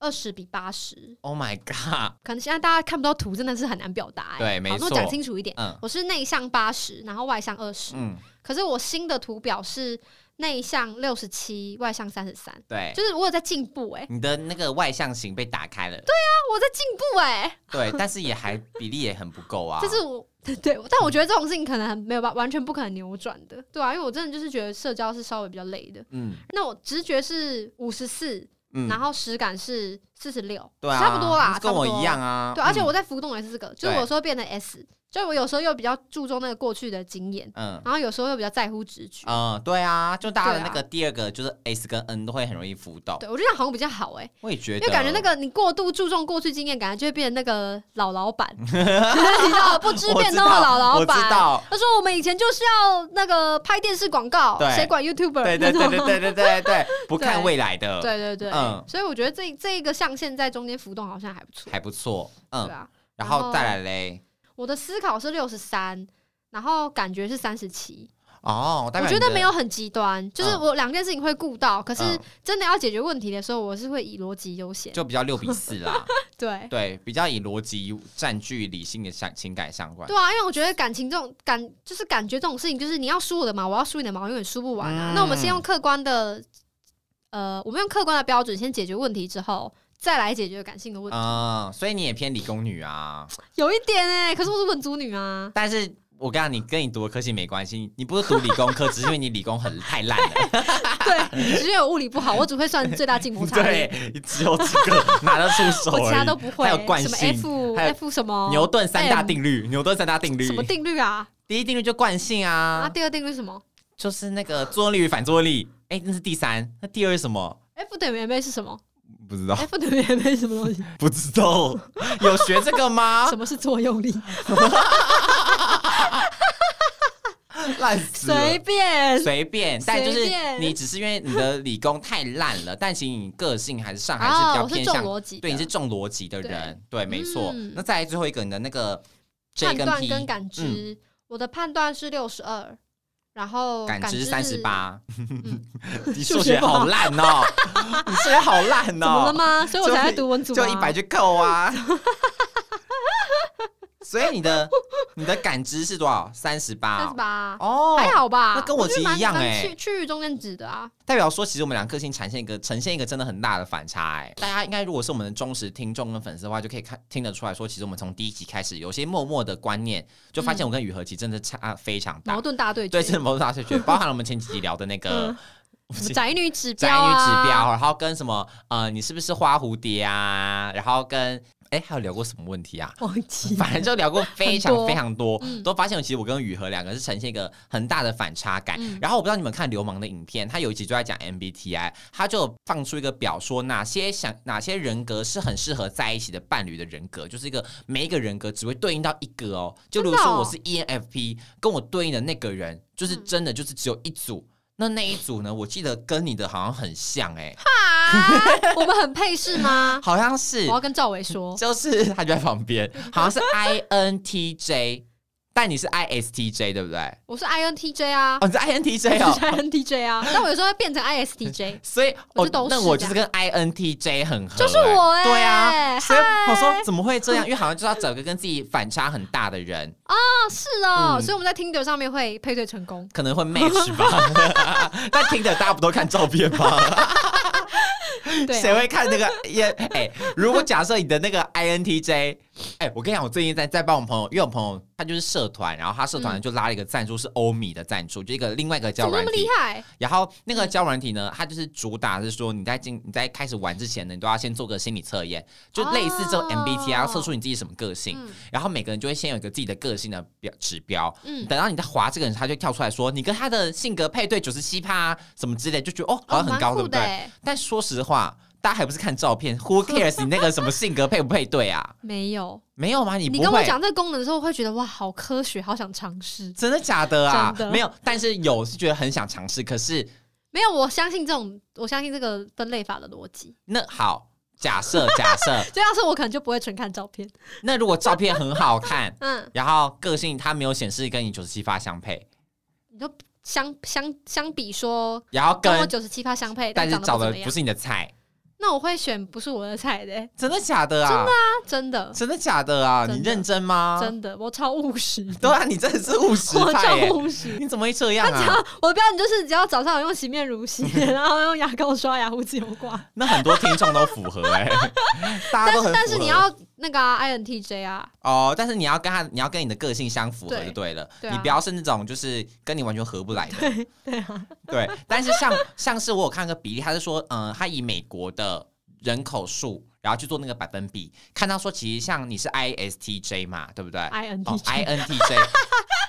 Speaker 1: 二十比八十，
Speaker 3: Oh my god，
Speaker 1: 可能现在大家看不到图，真的是很难表达、欸。
Speaker 3: 对没
Speaker 1: 好那我
Speaker 3: 错
Speaker 1: 讲清楚一点，
Speaker 3: 嗯
Speaker 1: 我是内向八十，然后外向二十、
Speaker 3: 嗯，
Speaker 1: 可是我新的图表是内向六十七，外向三十三，
Speaker 3: 对。
Speaker 1: 就是我有在进步哎、
Speaker 3: 你的那个外向型被打开了，
Speaker 1: 我在进步哎、
Speaker 3: 欸 对，但是也还比例也很不够啊。
Speaker 1: 这是我对，但我觉得这种事情可能没有办，完全不可能扭转的，对啊，因为我真的就是觉得社交是稍微比较累的。
Speaker 3: 嗯
Speaker 1: 那我直觉是五十四，
Speaker 3: 嗯
Speaker 1: 然后实感是四十六，
Speaker 3: 对啊，
Speaker 1: 差不多啦，
Speaker 3: 跟我
Speaker 1: 差不多
Speaker 3: 一样啊。
Speaker 1: 对，而且
Speaker 3: 嗯
Speaker 1: 我在浮动也是这个，就是
Speaker 3: 对
Speaker 1: 我有时候变成 S，就是我有时候又比较注重那个过去的经验，
Speaker 3: 嗯
Speaker 1: 然后有时候又比较在乎直觉。
Speaker 3: 嗯，对啊，就大家的
Speaker 1: 对啊
Speaker 3: 那个第二个就是 S 跟 N 都会很容易浮动。
Speaker 1: 对，我觉得这样好像比较好哎、
Speaker 3: 我也觉
Speaker 1: 因
Speaker 3: 得，
Speaker 1: 为感觉那个你过度注重过去经验，感觉就会变成那个老老 板，你知道不知
Speaker 3: 我
Speaker 1: 变
Speaker 3: 知
Speaker 1: 通的
Speaker 3: 道
Speaker 1: 老老
Speaker 3: 我知
Speaker 1: 板。
Speaker 3: 道，
Speaker 1: 他说我们以前就是要那个拍电视广告，
Speaker 3: 对
Speaker 1: 谁管 YouTuber？
Speaker 3: 对对对
Speaker 1: 那
Speaker 3: 对
Speaker 1: 种
Speaker 3: 对对 对对，不看
Speaker 1: 对
Speaker 3: 未来的，
Speaker 1: 对对对
Speaker 3: 嗯
Speaker 1: 所以我觉得这这一个象限在中间浮动好像还不错，
Speaker 3: 还不错，
Speaker 1: 对
Speaker 3: 嗯，
Speaker 1: 啊。
Speaker 3: 然
Speaker 1: 然
Speaker 3: 后
Speaker 1: 后
Speaker 3: 再来嘞，
Speaker 1: 我的思考是六十三，然后感觉是三十七，
Speaker 3: 哦，代
Speaker 1: 我
Speaker 3: 表
Speaker 1: 觉
Speaker 3: 你
Speaker 1: 得
Speaker 3: 的
Speaker 1: 没有很极端，就是
Speaker 3: 嗯
Speaker 1: 我两件事情会顾到，可是
Speaker 3: 嗯
Speaker 1: 真的要解决问题的时候，我是会以逻辑优先。
Speaker 3: 就比较六比四 啦，
Speaker 1: 对
Speaker 3: 对，比较以逻辑占据理性的相情感相关。
Speaker 1: 对啊，因为我觉得感情这种感就是感觉这种事情，就是你要输我的毛，我要输你的毛，永远输不完啊。
Speaker 3: 嗯
Speaker 1: 那我们先用客观的，呃，我们用客观的标准先解决问题之后。再来解决感性的问题，
Speaker 3: 嗯，所以你也偏理工女啊，
Speaker 1: 有一点哎、可是我是文族女啊，
Speaker 3: 但是我跟你讲，你跟你读的科系没关系，你不是读理工科，只是因为你理工很太烂了，
Speaker 1: 对，只有物理不好，我只会算最大静摩擦力，
Speaker 3: 对，你只有这个拿得出手 而
Speaker 1: 我
Speaker 3: 已，
Speaker 1: 其他都不会。
Speaker 3: 还有惯
Speaker 1: 什么
Speaker 3: 性
Speaker 1: F
Speaker 3: 还有
Speaker 1: F 什么
Speaker 3: 牛顿三大
Speaker 1: M
Speaker 3: 定律，牛顿三大定律
Speaker 1: 什，么定律啊？
Speaker 3: 第一定律就惯性
Speaker 1: 啊，
Speaker 3: 啊，
Speaker 1: 第二定律是什么
Speaker 3: 就是那个作用力与反作用力。哎，那是第三，那第二是什么？
Speaker 1: ？F 等于 ma 是什么
Speaker 3: 不知道，
Speaker 1: ？F 等于 ma 是什么东西？
Speaker 3: 不知道， 有学这个吗
Speaker 1: 什？么是作用力？
Speaker 3: 烂死了
Speaker 1: 随便，
Speaker 3: 随便，但就
Speaker 1: 随
Speaker 3: 是
Speaker 1: 便
Speaker 3: 你只是因为你的理工太烂了，但其实你个性还是上还是比
Speaker 1: 啊，
Speaker 3: 较
Speaker 1: 我是
Speaker 3: 偏
Speaker 1: 重
Speaker 3: 向，
Speaker 1: 逻辑的，
Speaker 3: 对，你是重逻辑的人，对，没错。
Speaker 1: 嗯
Speaker 3: 那再来最后一个，你的那个 J
Speaker 1: 判
Speaker 3: 跟
Speaker 1: 断
Speaker 3: P 嗯
Speaker 1: 跟感知。我的判断是六十二，然后
Speaker 3: 感知
Speaker 1: 哦知
Speaker 3: 三十，八，
Speaker 1: 嗯
Speaker 3: 你数学好烂哦， 你数学好烂哦，
Speaker 1: 怎么了吗？所以我才在读文组啊，
Speaker 3: 就一百就够啊。 所以 你的你的感知是多少？三十
Speaker 1: 三
Speaker 3: 八
Speaker 1: 十。八，
Speaker 3: 哦，
Speaker 1: 还好吧？
Speaker 3: 那跟我其实
Speaker 1: 觉得蛮
Speaker 3: 一样
Speaker 1: 蛮
Speaker 3: 欸
Speaker 1: 区区域中间值的啊，
Speaker 3: 代表说，其实我们两个个性呈现一个呈现一个真的很大的反差、哎，大家应该如果是我们的忠实听众跟粉丝的话，就可以看听得出来说，其实我们从第一集开始，有些默默的观念，就发
Speaker 1: 嗯
Speaker 3: 现我跟雨禾其实真的差非常大。
Speaker 1: 矛盾大对决，
Speaker 3: 对，是某种大学学，包含了我们前几集聊的那个
Speaker 1: 嗯什么宅女指
Speaker 3: 宅
Speaker 1: 标
Speaker 3: 女指
Speaker 1: 啊，
Speaker 3: 标，然后跟什么呃，你是不是花蝴蝶啊？然后跟哎，还有聊过什么问题啊？
Speaker 1: 忘 记
Speaker 3: 反正就聊过非
Speaker 1: 很
Speaker 3: 常
Speaker 1: 多
Speaker 3: 非常多，
Speaker 1: 嗯
Speaker 3: 都发现其实我跟雨禾两个是呈现一个很大的反差感。
Speaker 1: 嗯
Speaker 3: 然后我不知道你们看《流氓》的影片，他有一集就在讲 MBTI，他就放出一个表说哪些想哪些人格是很适合在一起的伴侣的人格，就是一个每一个人格只会对应到一个哦。就比如
Speaker 1: 真的
Speaker 3: 说
Speaker 1: 哦
Speaker 3: 我是 ENFP，跟我对应的那个人就是
Speaker 1: 嗯
Speaker 3: 真的就是只有一组。那那一组呢？我记得跟你的好像很像 哎、
Speaker 1: 啊，我们很配是吗？
Speaker 3: 好像 是
Speaker 1: 我要跟赵伟说，
Speaker 3: 就是 他就在旁边，好像是 INTJ，但你是 ISTJ 对不对？
Speaker 1: 我是 INTJ 啊，
Speaker 3: 哦，你是 INTJ
Speaker 1: 我是
Speaker 3: 哦，
Speaker 1: INTJ 啊，但我有时候会变成 ISTJ，
Speaker 3: 所以
Speaker 1: 我
Speaker 3: 哦
Speaker 1: 是都，
Speaker 3: 那
Speaker 1: 是
Speaker 3: 我
Speaker 1: 这
Speaker 3: 就
Speaker 1: 样
Speaker 3: 是跟 INTJ 很合欸，
Speaker 1: 就是我欸
Speaker 3: 对啊，
Speaker 1: 嗨
Speaker 3: 所以我说怎么会这样？因为好像就是要找一个跟自己反差很大的人，
Speaker 1: 啊，是哦，
Speaker 3: 嗯
Speaker 1: 所以我们在 Tinder 上面会配对成功。
Speaker 3: 可能会 match 吧。 但听的大家不都看照片吗？
Speaker 1: 对啊
Speaker 3: 谁会看那个也？哎、如果假设你的那个 INTJ，哎、我跟你讲，我最近在在帮我朋友，因为我朋友他就是社团，然后他社团就拉了一个赞助是欧米的赞助，就一个另外一个
Speaker 1: 嗯怎
Speaker 3: 交友
Speaker 1: 么那
Speaker 3: 软
Speaker 1: 么厉
Speaker 3: 体。
Speaker 1: 害？
Speaker 3: 然后那个交友软体呢，它就是主打是说你在进你在开始玩之前呢，你都要先做个心理测验，就类似这种
Speaker 1: 哦
Speaker 3: MBTI，要啊测出你自己什么个性。
Speaker 1: 嗯
Speaker 3: 然后每个人就会先有一个自己的个性的表指标，
Speaker 1: 嗯，
Speaker 3: 等到你在划这个人，他就跳出来说你跟他的性格配对九十七趴啊什么之类，就觉得哦好像很
Speaker 1: 蛮
Speaker 3: 高，
Speaker 1: 酷
Speaker 3: 对不
Speaker 1: 的
Speaker 3: 对？
Speaker 1: 欸
Speaker 3: 但说实话，大家还不是看照片 ？Who cares 你那个什么性格配不配对啊？
Speaker 1: 没有，
Speaker 3: 没有吗？你不
Speaker 1: 你
Speaker 3: 会？
Speaker 1: 跟我讲这个功能的时候，我会觉得哇，好科学，好想尝试。
Speaker 3: 真的假的啊？
Speaker 1: 真的
Speaker 3: 没有，但是有是觉得很想尝试，可是
Speaker 1: 没有，我相信这种，我相信这个分类法的逻辑。
Speaker 3: 那好。假设假 设，
Speaker 1: 这要是我可能就不会纯看照片。
Speaker 3: 那如果照片很好看，
Speaker 1: 嗯，
Speaker 3: 然后个性它没有显示跟你九十七发相配，
Speaker 1: 你就相相相比说，
Speaker 3: 然后
Speaker 1: 跟我
Speaker 3: 跟
Speaker 1: 九十七趴相配，
Speaker 3: 但是
Speaker 1: 长得
Speaker 3: 找
Speaker 1: 不怎
Speaker 3: 的
Speaker 1: 么样
Speaker 3: 不是你的菜，
Speaker 1: 那我会选不是我的菜的 欸、
Speaker 3: 真的假的啊？
Speaker 1: 啊，真的，
Speaker 3: 真的假的啊？
Speaker 1: 真的
Speaker 3: 你认真吗？
Speaker 1: 真的，我超务实的，
Speaker 3: 对啊，你真的是务 实
Speaker 1: 我
Speaker 3: 派耶
Speaker 1: 超！务实。
Speaker 3: 你怎么会这样
Speaker 1: 他只要
Speaker 3: 啊？
Speaker 1: 我的标准就是，只要早上有用洗面乳 洗，然后用牙膏刷牙，胡子有刮。
Speaker 3: 那很多听众都符合哎、大家
Speaker 1: 但
Speaker 3: 都
Speaker 1: 是
Speaker 3: 很
Speaker 1: 但
Speaker 3: 符
Speaker 1: 是
Speaker 3: 合
Speaker 1: 你要那个啊，INTJ 啊，
Speaker 3: 哦，但是你要跟他，你要跟你的个性相符合就对了，
Speaker 1: 对对啊
Speaker 3: 你不要是那种就是跟你完全合不来的。对
Speaker 1: 对
Speaker 3: 啊，对。但是像像是我有看个比例，他是说，嗯、他以美国的人口数，然后去做那个百分比，看到说其实像你是 ISTJ 嘛，对不对？哦
Speaker 1: INTJ，、
Speaker 3: ，INTJ，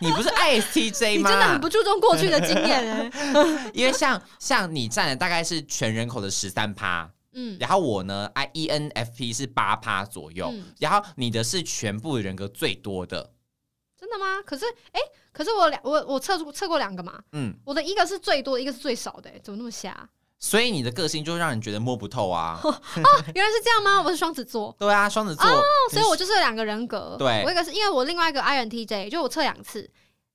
Speaker 3: 你 不是 ISTJ
Speaker 1: 你
Speaker 3: 吗？
Speaker 1: 真的很不注重过去的经验哎、
Speaker 3: 因为像像你占了大概是全人口的十三趴，
Speaker 1: 嗯，
Speaker 3: 然后我呢，I E N F P 是八趴左右，
Speaker 1: 嗯
Speaker 3: 然后你的是全部人格最多的，
Speaker 1: 真的吗？可是哎、可是我两我我测测过两个嘛，
Speaker 3: 嗯，
Speaker 1: 我的一个是最多，一个是最少的、哎怎么那么瞎、
Speaker 3: 所以你的个性就让人觉得摸不 透啊。
Speaker 1: 哦原来是这样吗？我是双子座，
Speaker 3: 对啊，双子座，
Speaker 1: 哦所以我就是两个人格。
Speaker 3: 对
Speaker 1: 我一个是因为我另外一个 INTJ，就我测两次，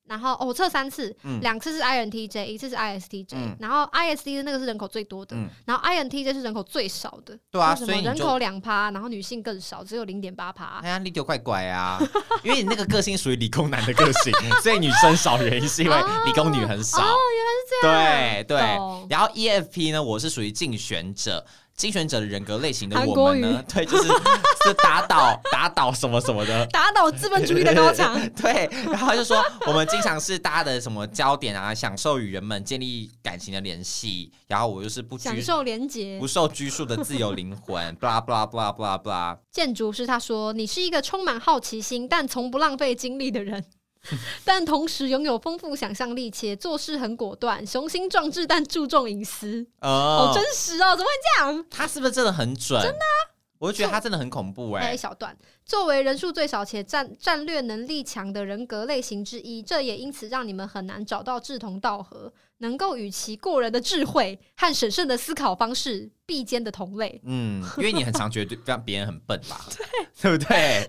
Speaker 1: 然后、哦、我测三次，
Speaker 3: 嗯
Speaker 1: 两、次是 INTJ，一次是 ISTJ，、
Speaker 3: 嗯
Speaker 1: 然后 ISTJ 那个是人口最多的，
Speaker 3: 嗯，
Speaker 1: 然后 INTJ 是人口最少的。
Speaker 3: 对啊
Speaker 1: 为什么
Speaker 3: 所以你就
Speaker 1: 人口两趴，然后女性更少，只有零点八趴。
Speaker 3: 哎呀，力丢怪怪啊， 因为你那个个性属于理工男的个性，所以女生少原因是因为理工女很少。
Speaker 1: 哦
Speaker 3: 对对
Speaker 1: 懂，
Speaker 3: 然后 EFP 呢，我是属于竞选者，竞选者的人格类型的
Speaker 1: 韩
Speaker 3: 我
Speaker 1: 国
Speaker 3: 们呢
Speaker 1: 瑜，
Speaker 3: 对，就是是打倒 打倒什么什么的，
Speaker 1: 打倒资本主义的高墙。
Speaker 3: 对，然后就说我们经常是大家的什么焦点啊，享受与人们建立感情的联系，然后我就是不
Speaker 1: 享
Speaker 3: 拘
Speaker 1: 受廉洁
Speaker 3: 不。受拘束的自由灵魂 ，blah blah blah blah blah。
Speaker 1: 建筑师他说：“你是一个充满好奇心，但从不浪费精力的 人，但同时拥有丰富想象力，且做事很果断，雄心壮志，但注重隐私。好
Speaker 3: 哦
Speaker 1: 真实哦，怎么会这样？
Speaker 3: 他是不是真的很准？真的、
Speaker 1: 啊
Speaker 3: 我就觉得他真的很恐怖哎、
Speaker 1: 还有一小段，作为人数最少且战战略能力强的人格类型之一，这也因此让你们很难找到志同道合、能够与其过人的智慧和审慎的思考方式并肩的同类。
Speaker 3: 嗯，因为你很常觉得对让别人很笨 吧，对不对？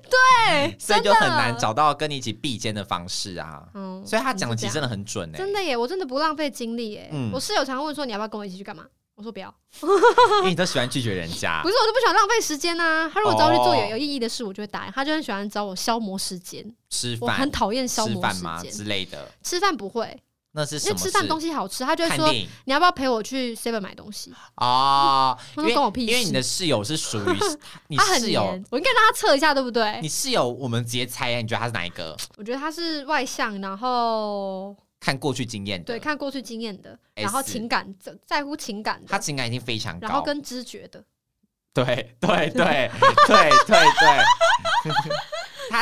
Speaker 1: 哎，
Speaker 3: 嗯所以
Speaker 1: 真
Speaker 3: 就
Speaker 1: 的
Speaker 3: 很难找到跟你一起避肩的方式啊。
Speaker 1: 嗯
Speaker 3: 所以他讲的
Speaker 1: 就
Speaker 3: 其
Speaker 1: 这样
Speaker 3: 实真的很准哎、
Speaker 1: 真的耶，我真的不浪费精力耶。
Speaker 3: 嗯啊
Speaker 1: 我室友常问说你要不要跟我一起去干嘛？我说不要，
Speaker 3: 因为你都喜欢拒绝人家
Speaker 1: 啊不。是我就不想浪费时间呐、他如果找我去做
Speaker 3: 哦
Speaker 1: 有有意义的事，我就会答应。他就很喜欢找我消磨时间，
Speaker 3: 吃
Speaker 1: 我很
Speaker 3: 饭、
Speaker 1: 讨厌消
Speaker 3: 吃
Speaker 1: 磨
Speaker 3: 饭
Speaker 1: 时
Speaker 3: 吗
Speaker 1: 间。
Speaker 3: 之类的，
Speaker 1: 吃饭不会，
Speaker 3: 那是什
Speaker 1: 因为
Speaker 3: 么
Speaker 1: 吃
Speaker 3: 事？
Speaker 1: 饭东西好吃，他就会
Speaker 3: 看
Speaker 1: 说
Speaker 3: 电影
Speaker 1: 你要不要陪我去 Seven 买东西？
Speaker 3: 哦，
Speaker 1: 他说
Speaker 3: 因为
Speaker 1: 嗯关我屁事
Speaker 3: 因为你的室友是属 于你
Speaker 1: 他很
Speaker 3: 室友
Speaker 1: 黏，，我应该让他测一下，对不对
Speaker 3: 你？室友，我们直接猜，你觉得他是哪一个？
Speaker 1: 我觉得他是外向，然后
Speaker 3: 看过去经验的，
Speaker 1: 对看过去经验的，
Speaker 3: 啊 S
Speaker 1: 然后情感在在乎情感
Speaker 3: 他
Speaker 1: 的，
Speaker 3: 情感已经非常高，
Speaker 1: 然后跟知觉的。
Speaker 3: 对对对对对对，他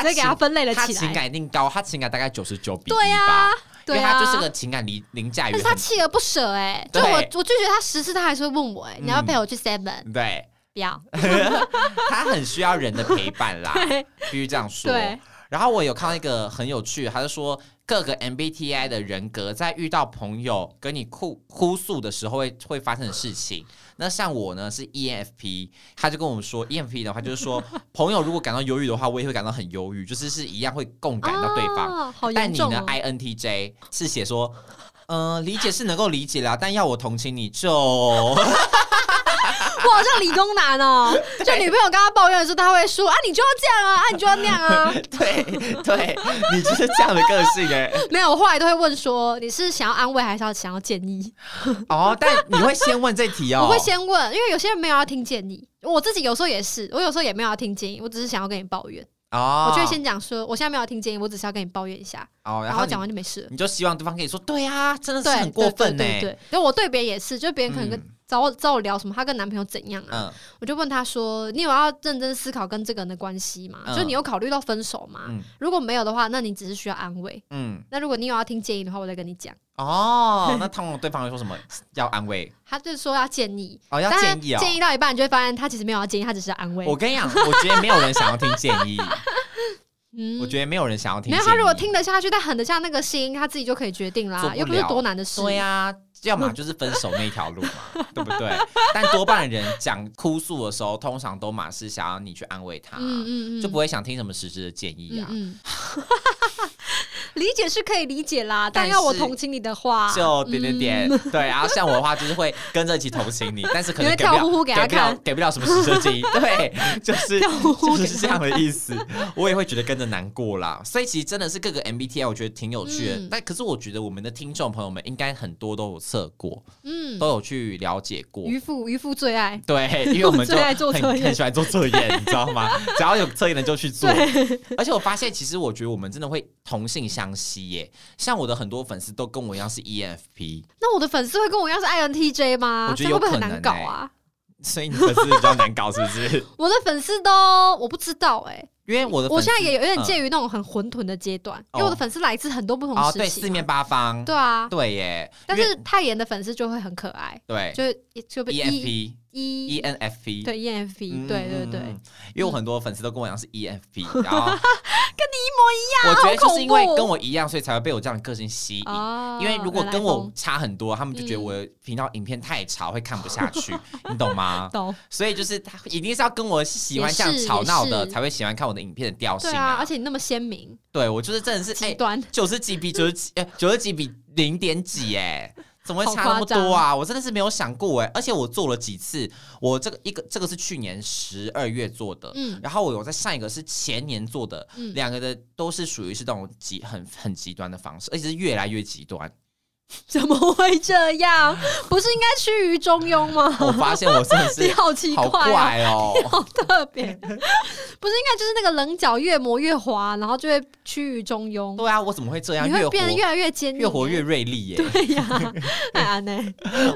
Speaker 1: 直接给他
Speaker 3: 情
Speaker 1: 分类了
Speaker 3: 他
Speaker 1: 起
Speaker 3: 情
Speaker 1: 来，
Speaker 3: 感一定高，他情感大概九十九比
Speaker 1: 对
Speaker 3: 呀、
Speaker 1: 啊
Speaker 3: 因
Speaker 1: 对
Speaker 3: 为
Speaker 1: 啊，
Speaker 3: 他就是个情感凌凌驾于
Speaker 1: 但是
Speaker 3: 很
Speaker 1: 他锲而不舍哎、就
Speaker 3: 对
Speaker 1: 我我拒绝他十次，他还是会问我哎、
Speaker 3: 嗯
Speaker 1: 你要不要陪我去 Seven？、
Speaker 3: 对，
Speaker 1: 不要，
Speaker 3: 他很需要人的陪 伴啦，
Speaker 1: 对
Speaker 3: 必须这样说。
Speaker 1: 对，
Speaker 3: 然后我有看到一个很有趣，他就说各个 MBTI 的人格在遇到朋友跟你哭哭诉的时候会会发生的事情。那像我呢是 E ENFP，他就跟我们说 E ENFP 的话就是 说朋友如果感到忧郁的话，我也会感到很忧郁，就是是一样会共感到对方。
Speaker 1: 哦、好
Speaker 3: 但
Speaker 1: 严
Speaker 3: 你
Speaker 1: 重
Speaker 3: 呢哎
Speaker 1: 哦。
Speaker 3: INTJ 是写说，嗯、理解是能够理解啦，但要我同情你就
Speaker 1: 我好像理工男哦，就女朋友跟他抱怨的时候，他会说啊，你就要这样啊，啊，你就要那样啊。
Speaker 3: 对对，你就是这样的个性哎、
Speaker 1: 没有，我后来都会问说，你是想要安慰还是要想要建议？
Speaker 3: 哦，但你会先问这题哦，
Speaker 1: 我会先问，因为有些人没有要听建议，我自己有时候也是，我有时候也没有要听建议，我只是想要跟你抱怨。
Speaker 3: 哦，
Speaker 1: 我就会先讲说，我现在没有要听建议，我只是要跟你抱怨一下，
Speaker 3: 哦，
Speaker 1: 然
Speaker 3: 然
Speaker 1: 后
Speaker 3: 后
Speaker 1: 讲
Speaker 3: 你
Speaker 1: 完就没事了。
Speaker 3: 你就希望对方可以说，对啊，真的是
Speaker 1: 对，
Speaker 3: 很过分呢、
Speaker 1: 对对对对，因为我对别人也是，就别人可能跟
Speaker 3: 嗯
Speaker 1: 找我找我聊什么，她跟男朋友怎样啊，
Speaker 3: 嗯
Speaker 1: 我就问她说：“你有要认真思考跟这个人的关系吗？
Speaker 3: 嗯
Speaker 1: 就你有考虑到分手吗？
Speaker 3: 嗯
Speaker 1: 如果没有的话，那你只是需要安慰。
Speaker 3: 嗯，
Speaker 1: 那如果你有要听建议的话，我再跟你讲。”
Speaker 3: 哦，那通常对方会说什么？要安慰
Speaker 1: 她就说要建议，
Speaker 3: 哦，要
Speaker 1: 但
Speaker 3: 建议
Speaker 1: 她
Speaker 3: 哦。
Speaker 1: 建议到一半，你就会发现她其实没有要建议，她只是安慰。
Speaker 3: 我跟你讲，我觉得没有人想要听建议，
Speaker 1: 嗯
Speaker 3: 我觉得没有人想要听
Speaker 1: 没有
Speaker 3: 建议。
Speaker 1: 她如果听得下去，但狠得下那个心，她自己就可以决定
Speaker 3: 做
Speaker 1: 啦，
Speaker 3: 不
Speaker 1: 又不是
Speaker 3: 了
Speaker 1: 多难的事。
Speaker 3: 对啊，要么就是分手那一 条路嘛，对不对？但多半的人讲哭诉的时候，通常都嘛是想要你去安慰他，
Speaker 1: 嗯嗯嗯，
Speaker 3: 啊
Speaker 1: 嗯
Speaker 3: 就不会想听什么实质的建议啊。
Speaker 1: 嗯嗯 理解是可以理解啦，但
Speaker 3: 但
Speaker 1: 要我
Speaker 3: 是哦
Speaker 1: 同情你的话，
Speaker 3: 就点点点，对，然后像我的话就是会跟着一起同情你，但是可能
Speaker 1: 嗯你会
Speaker 3: 给不
Speaker 1: 跳呼呼
Speaker 3: 了，
Speaker 1: 给他
Speaker 3: 给不了
Speaker 1: 看，
Speaker 3: 给不了什么实射 精，对，就是
Speaker 1: 跳呼呼
Speaker 3: 就
Speaker 1: 给
Speaker 3: 是
Speaker 1: 他
Speaker 3: 这样的意思。我也会觉得跟着难过啦，所以其实真的是各个 MBTI 我觉得挺有趣的
Speaker 1: 嗯，
Speaker 3: 但可是我觉得我们的听众朋友们应该很多都有测过，
Speaker 1: 嗯，
Speaker 3: 都有去了解过，
Speaker 1: 渔夫渔夫最爱，
Speaker 3: 对，因为我们就
Speaker 1: 最爱做
Speaker 3: 很
Speaker 1: 测验
Speaker 3: 很喜欢做测验，你知道吗？只要有测验的就去做。而且我发现，其实我觉得我们真的会同性相吸耶。像我的很多粉丝都跟我一样是 E ENFP，
Speaker 1: 那我的粉丝会跟我一样是 INTJ 吗？
Speaker 3: 我觉
Speaker 1: 这
Speaker 3: 得
Speaker 1: 会
Speaker 3: 有
Speaker 1: 不会很
Speaker 3: 可能
Speaker 1: 难搞
Speaker 3: 欸
Speaker 1: 啊？
Speaker 3: 所以你粉丝比较难搞，是不是？
Speaker 1: 我的粉丝都我不知道哎、
Speaker 3: 因为我的粉丝
Speaker 1: 我现在也有点
Speaker 3: 嗯
Speaker 1: 介于那种很混沌的阶段，因
Speaker 3: 哦
Speaker 1: 为我的粉丝来自很多不同
Speaker 3: 哦，
Speaker 1: 时
Speaker 3: 对，
Speaker 1: 期嘛、
Speaker 3: 四面八方，
Speaker 1: 对啊，
Speaker 3: 对耶。
Speaker 1: 但
Speaker 3: 因
Speaker 1: 是
Speaker 3: 为
Speaker 1: 泰妍的粉丝就会很可爱，
Speaker 3: 对
Speaker 1: 就就被 E
Speaker 3: ENFP、
Speaker 1: E
Speaker 3: ENFP，
Speaker 1: 对 E F P，
Speaker 3: 嗯
Speaker 1: 对对
Speaker 3: 嗯
Speaker 1: 对，
Speaker 3: 嗯因为我很多粉丝都跟我一样是 E ENFP，然后跟你一模一样，我
Speaker 1: 好
Speaker 3: 觉得就是因为
Speaker 1: 恐怖
Speaker 3: 跟我一样，所以才会被我这样的个性吸引。
Speaker 1: 哦
Speaker 3: ，E，因为如果
Speaker 1: 原来
Speaker 3: 跟我
Speaker 1: 风
Speaker 3: 差很多，他们就觉得我的频道影片太吵，会看不下去，
Speaker 1: 嗯
Speaker 3: 你 懂吗？
Speaker 1: 懂
Speaker 3: 所以就是他一定是要跟我喜欢这样
Speaker 1: 也是
Speaker 3: 吵闹
Speaker 1: 也
Speaker 3: 的，
Speaker 1: 是
Speaker 3: 才会喜欢看我的影片的调性
Speaker 1: 对啊，
Speaker 3: 啊
Speaker 1: 而。且你那么鲜明
Speaker 3: 对我就是真的是
Speaker 1: 极
Speaker 3: 哎，
Speaker 1: 端，
Speaker 3: 九十几比九十几，哎，九十几比零点几，哎，怎么会
Speaker 1: 好
Speaker 3: 差那么
Speaker 1: 夸张
Speaker 3: 多啊？我真的是没有想过哎，而且我做了几次，我这个一个这个是去年十二月做的，
Speaker 1: 嗯
Speaker 3: 然后我有在上一个是前年做的，
Speaker 1: 嗯
Speaker 3: 两个的都是属于是那种极很很极端的方式，而且是越来越极 端。
Speaker 1: 怎么会这样？不是应该趋于中庸吗？
Speaker 3: 我发现我真的
Speaker 1: 你
Speaker 3: 哦是
Speaker 1: 好奇怪、
Speaker 3: 好
Speaker 1: 哦，
Speaker 3: 怪哦，
Speaker 1: 好特别，不是应该就是那个棱角越磨越滑，然后就会趋于中庸，
Speaker 3: 对啊，我怎么会这样？
Speaker 1: 你
Speaker 3: 越
Speaker 1: 会
Speaker 3: 活
Speaker 1: 变得越来越坚硬，欸
Speaker 3: 越活越锐利耶！
Speaker 1: 对呀、 哎安呢？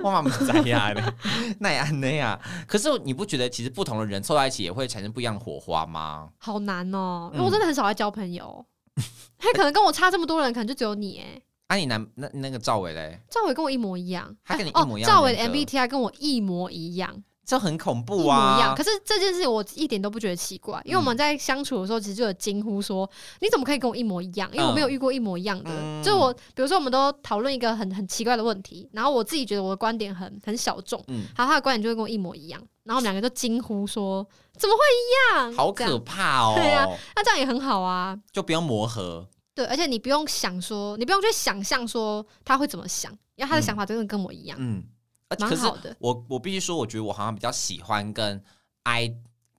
Speaker 3: 我妈妈在呀嘞， 那呀那呀。可是你不觉得其实不同的人凑在一起也会产生不一样的火花吗？
Speaker 1: 好难哦、因为
Speaker 3: 嗯
Speaker 1: 我真的很少在交朋友。 他可能跟我差这么多人，可能就只有你哎。
Speaker 3: 啊，你男那那个赵伟嘞，
Speaker 1: 赵伟跟我一模一样，
Speaker 3: 他跟你
Speaker 1: 哎
Speaker 3: 一模一
Speaker 1: 哦。
Speaker 3: 样
Speaker 1: 赵伟的
Speaker 3: 人格
Speaker 1: MBTI 跟我一模一样，
Speaker 3: 这很恐
Speaker 1: 一
Speaker 3: 怖
Speaker 1: 模一
Speaker 3: 啊
Speaker 1: 样。！可是这件事情我一点都不觉得奇怪，因为我
Speaker 3: 嗯
Speaker 1: 们在相处的时候，其实就有惊呼说：“你怎么可以跟我一模一样？”因为我没有遇过一模一样的。
Speaker 3: 嗯
Speaker 1: 就是我，比如说我们都讨论一个很很奇怪的问题，然后我自己觉得我的观点很很小众，
Speaker 3: 嗯
Speaker 1: 然后他的观点就会跟我一模一样，然后我们两个就惊呼说：“怎么会一样？”
Speaker 3: 好
Speaker 1: 这
Speaker 3: 可
Speaker 1: 样
Speaker 3: 怕
Speaker 1: 对啊
Speaker 3: 哦！
Speaker 1: 那这样也很好啊。
Speaker 3: 就不用磨合，
Speaker 1: 对，而且你不用想说，你不用去想象说他会怎么想，因为他的
Speaker 3: 嗯
Speaker 1: 想法真的跟我一样，
Speaker 3: 嗯。而
Speaker 1: 蛮
Speaker 3: 可是
Speaker 1: 好的。
Speaker 3: 我我必须说，我觉得我好像比较喜欢跟 I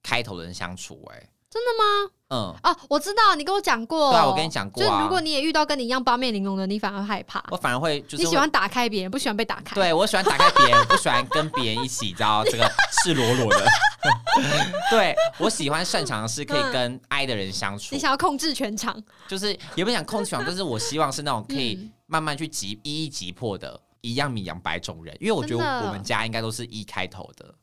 Speaker 3: 开头的人相处、哎，真的吗？嗯，
Speaker 1: 哦，我知道你跟我讲过，
Speaker 3: 对啊，我跟你讲过、啊，
Speaker 1: 哦就是如果你也遇到跟你一样八面玲珑的，你反而害怕，
Speaker 3: 我反而会就是
Speaker 1: 你喜
Speaker 3: 会
Speaker 1: 欢打开别人，不喜欢被打开。，
Speaker 3: 对啊我喜欢打开别人，我不喜欢跟别人一起，你知道这个赤裸裸的。 对我喜欢擅长的是
Speaker 1: 嗯
Speaker 3: 可以跟 I 的人相处
Speaker 1: 你，想要控制全场，
Speaker 3: 就是也不想控制狂，但是我希望是那种可以
Speaker 1: 嗯
Speaker 3: 慢慢去击一一击破的，一样米养百种人。因为我觉
Speaker 1: 真的
Speaker 3: 得我们家应该都是一开头的，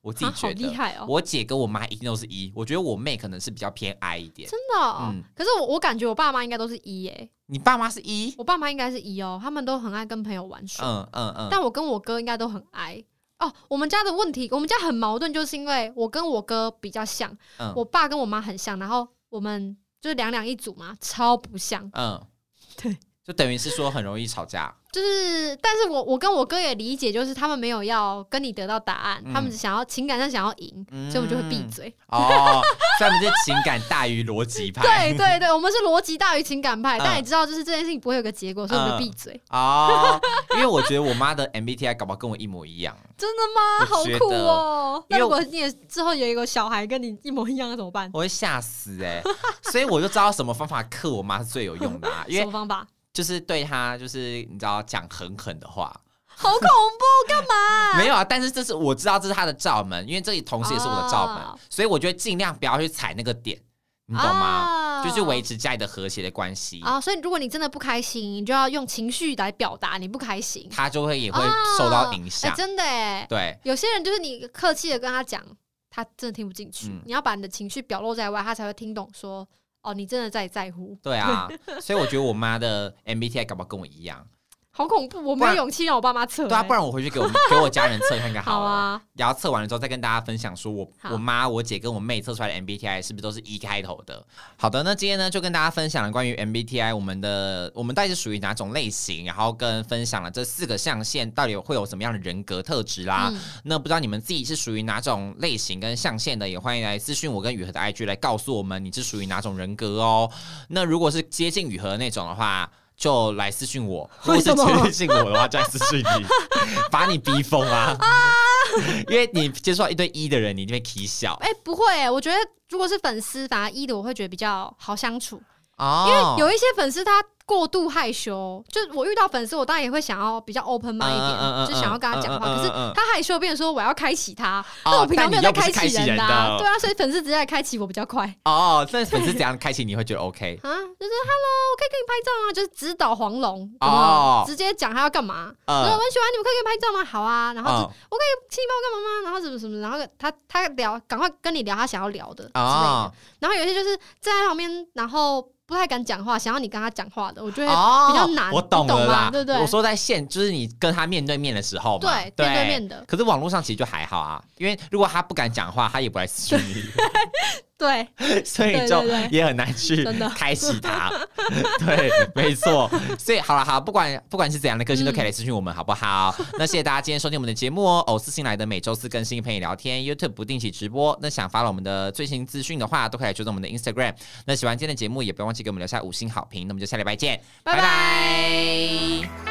Speaker 3: 我自己
Speaker 1: 啊好
Speaker 3: 觉
Speaker 1: 厉
Speaker 3: 得。
Speaker 1: 害哦，
Speaker 3: 我姐跟我妈一定都是一，我觉得我妹可能是比较偏 I 一点。
Speaker 1: 真的哦、
Speaker 3: 嗯
Speaker 1: 可是我我感觉我爸妈应该都是一耶，
Speaker 3: 你爸妈是一？
Speaker 1: 我爸妈应该是一哦，他们都很爱跟朋友玩耍，
Speaker 3: 嗯嗯嗯，
Speaker 1: 但我跟我哥应该都很爱。哦，我们家的问题，我们家很矛盾，就是因为我跟我哥比较像，
Speaker 3: 嗯
Speaker 1: 我爸跟我妈很像，然后我们就是两两一组嘛，超不像。
Speaker 3: 嗯，
Speaker 1: 对，
Speaker 3: 就等于是说很容易吵架。
Speaker 1: 就是，但是我我跟我哥也理解，就是他们没有要跟你得到答案，
Speaker 3: 嗯
Speaker 1: 他们只想要情感上想要赢，
Speaker 3: 嗯
Speaker 1: 所以我们就会闭嘴。
Speaker 3: 哦，所以他们是情感大于逻辑派。
Speaker 1: 对对对，我们是逻辑大于情感派，
Speaker 3: 嗯
Speaker 1: 但也知道就是这件事情不会有个结果，所以我们就闭嘴。
Speaker 3: 哦，因为我觉得我妈的 MBTI 搞不好跟我一模一样，
Speaker 1: 真的吗？好
Speaker 3: 我觉得
Speaker 1: 酷哦！
Speaker 3: 因
Speaker 1: 那
Speaker 3: 为
Speaker 1: 如
Speaker 3: 我
Speaker 1: 果你也之后有一个小孩跟你一模一样，那怎么办？
Speaker 3: 我会吓死哎、所以我就知道什么方法克我妈是最有用的、啊，因
Speaker 1: 什
Speaker 3: 为
Speaker 1: 么方法？
Speaker 3: 就是对她就是你知道讲狠狠的话，
Speaker 1: 好恐怖，干嘛？
Speaker 3: 没有啊，但是这是我知道这是她的罩门，因为这里同时也是我的罩门，
Speaker 1: 哦
Speaker 3: 所以我觉得尽量不要去踩那个点，你懂吗？
Speaker 1: 啊
Speaker 3: 就是维持家里的和谐的关系，
Speaker 1: 啊，所以如果你真的不开心，你就要用情绪来表达你不开心，
Speaker 3: 她就会也会受到影
Speaker 1: 哎、
Speaker 3: 响，
Speaker 1: 真的哎，
Speaker 3: 对。
Speaker 1: 有些人就是你客气的跟他讲，他真的听不进去。
Speaker 3: 嗯
Speaker 1: 你要把你的情绪表露在外，他才会听懂说，哦，你真的在在乎。
Speaker 3: 对啊，所以我觉得我妈的 MBTI 搞不好跟我一样，
Speaker 1: 好恐怖！我
Speaker 3: 不
Speaker 1: 没
Speaker 3: 然
Speaker 1: 有勇气让我爸妈测、
Speaker 3: 对啊，
Speaker 1: 欸
Speaker 3: 不然我回去给我们给我家人测看看
Speaker 1: 好
Speaker 3: 好了。
Speaker 1: 啊，
Speaker 3: 然后测完了之后再跟大家分享，说我
Speaker 1: 好
Speaker 3: 我妈、我姐跟我妹测出来的 MBTI 是不是都是一开头的？好的，那今天呢就跟大家分享了关于 MBTI 我们的我们到底是属于哪种类型，然后跟分享了这四个象限到底会有什么样的人格特质啦。
Speaker 1: 嗯
Speaker 3: 那不知道你们自己是属于哪种类型跟象限的，也欢迎来私讯我跟雨禾的 IG 来告诉我们你是属于哪种人格哦。那如果是接近雨禾那种的话。就来私讯我，如果
Speaker 1: 为
Speaker 3: 是
Speaker 1: 什么
Speaker 3: 接近我的话，就来私讯你，把你逼疯啊！因为你接触到一堆一的人，你就会起笑
Speaker 1: 哎、不会、欸，我觉得如果是粉丝，反而一的我会觉得比较好相处，因
Speaker 3: 哦
Speaker 1: 为有一些粉丝他过度害羞，就我遇到粉丝，我当然也会想要比较 open mind 一点，
Speaker 3: 嗯嗯嗯嗯
Speaker 1: 就想要跟他讲话，
Speaker 3: 嗯嗯嗯嗯
Speaker 1: 可是
Speaker 3: 嗯
Speaker 1: 他害羞，变成说我要开启他，那、
Speaker 3: 哦
Speaker 1: 我平常没有在
Speaker 3: 但你又不是
Speaker 1: 启
Speaker 3: 开启人
Speaker 1: 的、啊，
Speaker 3: 的
Speaker 1: 对啊，所以粉丝直接来开启我比较快
Speaker 3: 哦，但是粉丝怎样开启你会觉得 OK
Speaker 1: 啊，就是 hello，我可以跟你拍照吗？就是指导黄龙，有没有
Speaker 3: 哦
Speaker 1: 直接讲他要干嘛，我说我
Speaker 3: 嗯
Speaker 1: 很喜欢你，我可以跟你拍照吗？好啊，然后就
Speaker 3: 嗯
Speaker 1: 亲你帮我干嘛吗？然后什么什么，然后他他聊，赶快跟你聊他想要聊的之类的。
Speaker 3: 哦
Speaker 1: 然后有一些就是站在旁边，然后不太敢讲话，想要你跟他讲话的，我觉得、
Speaker 3: 哦
Speaker 1: 比较难
Speaker 3: 我懂
Speaker 1: 你懂
Speaker 3: 了啦
Speaker 1: 吗，对不对
Speaker 3: 我说在线就是你跟他面对面的时候嘛，
Speaker 1: 对面对面的，
Speaker 3: 可是网络上其实就还好啊，因为如果他不敢讲话，他也不来私讯 你，
Speaker 1: 对，
Speaker 3: 所以
Speaker 1: 对
Speaker 3: 就
Speaker 1: 对对
Speaker 3: 也很难去
Speaker 1: 真的
Speaker 3: 开启他。 对，没错。所以好了，好，不管不管是怎样的个性，都可以来私讯我们，好不 好？那谢谢大家今天收听我们的节目哦。偶私信来的每周四更新陪你聊天，YouTube 不定期直播。那想发了我们的最新资讯的话，都可以来追踪我们的 Instagram。那喜欢今天的节目，也不要忘记给我们留下五星好评。那我们就下礼拜见，
Speaker 1: 拜拜
Speaker 3: 拜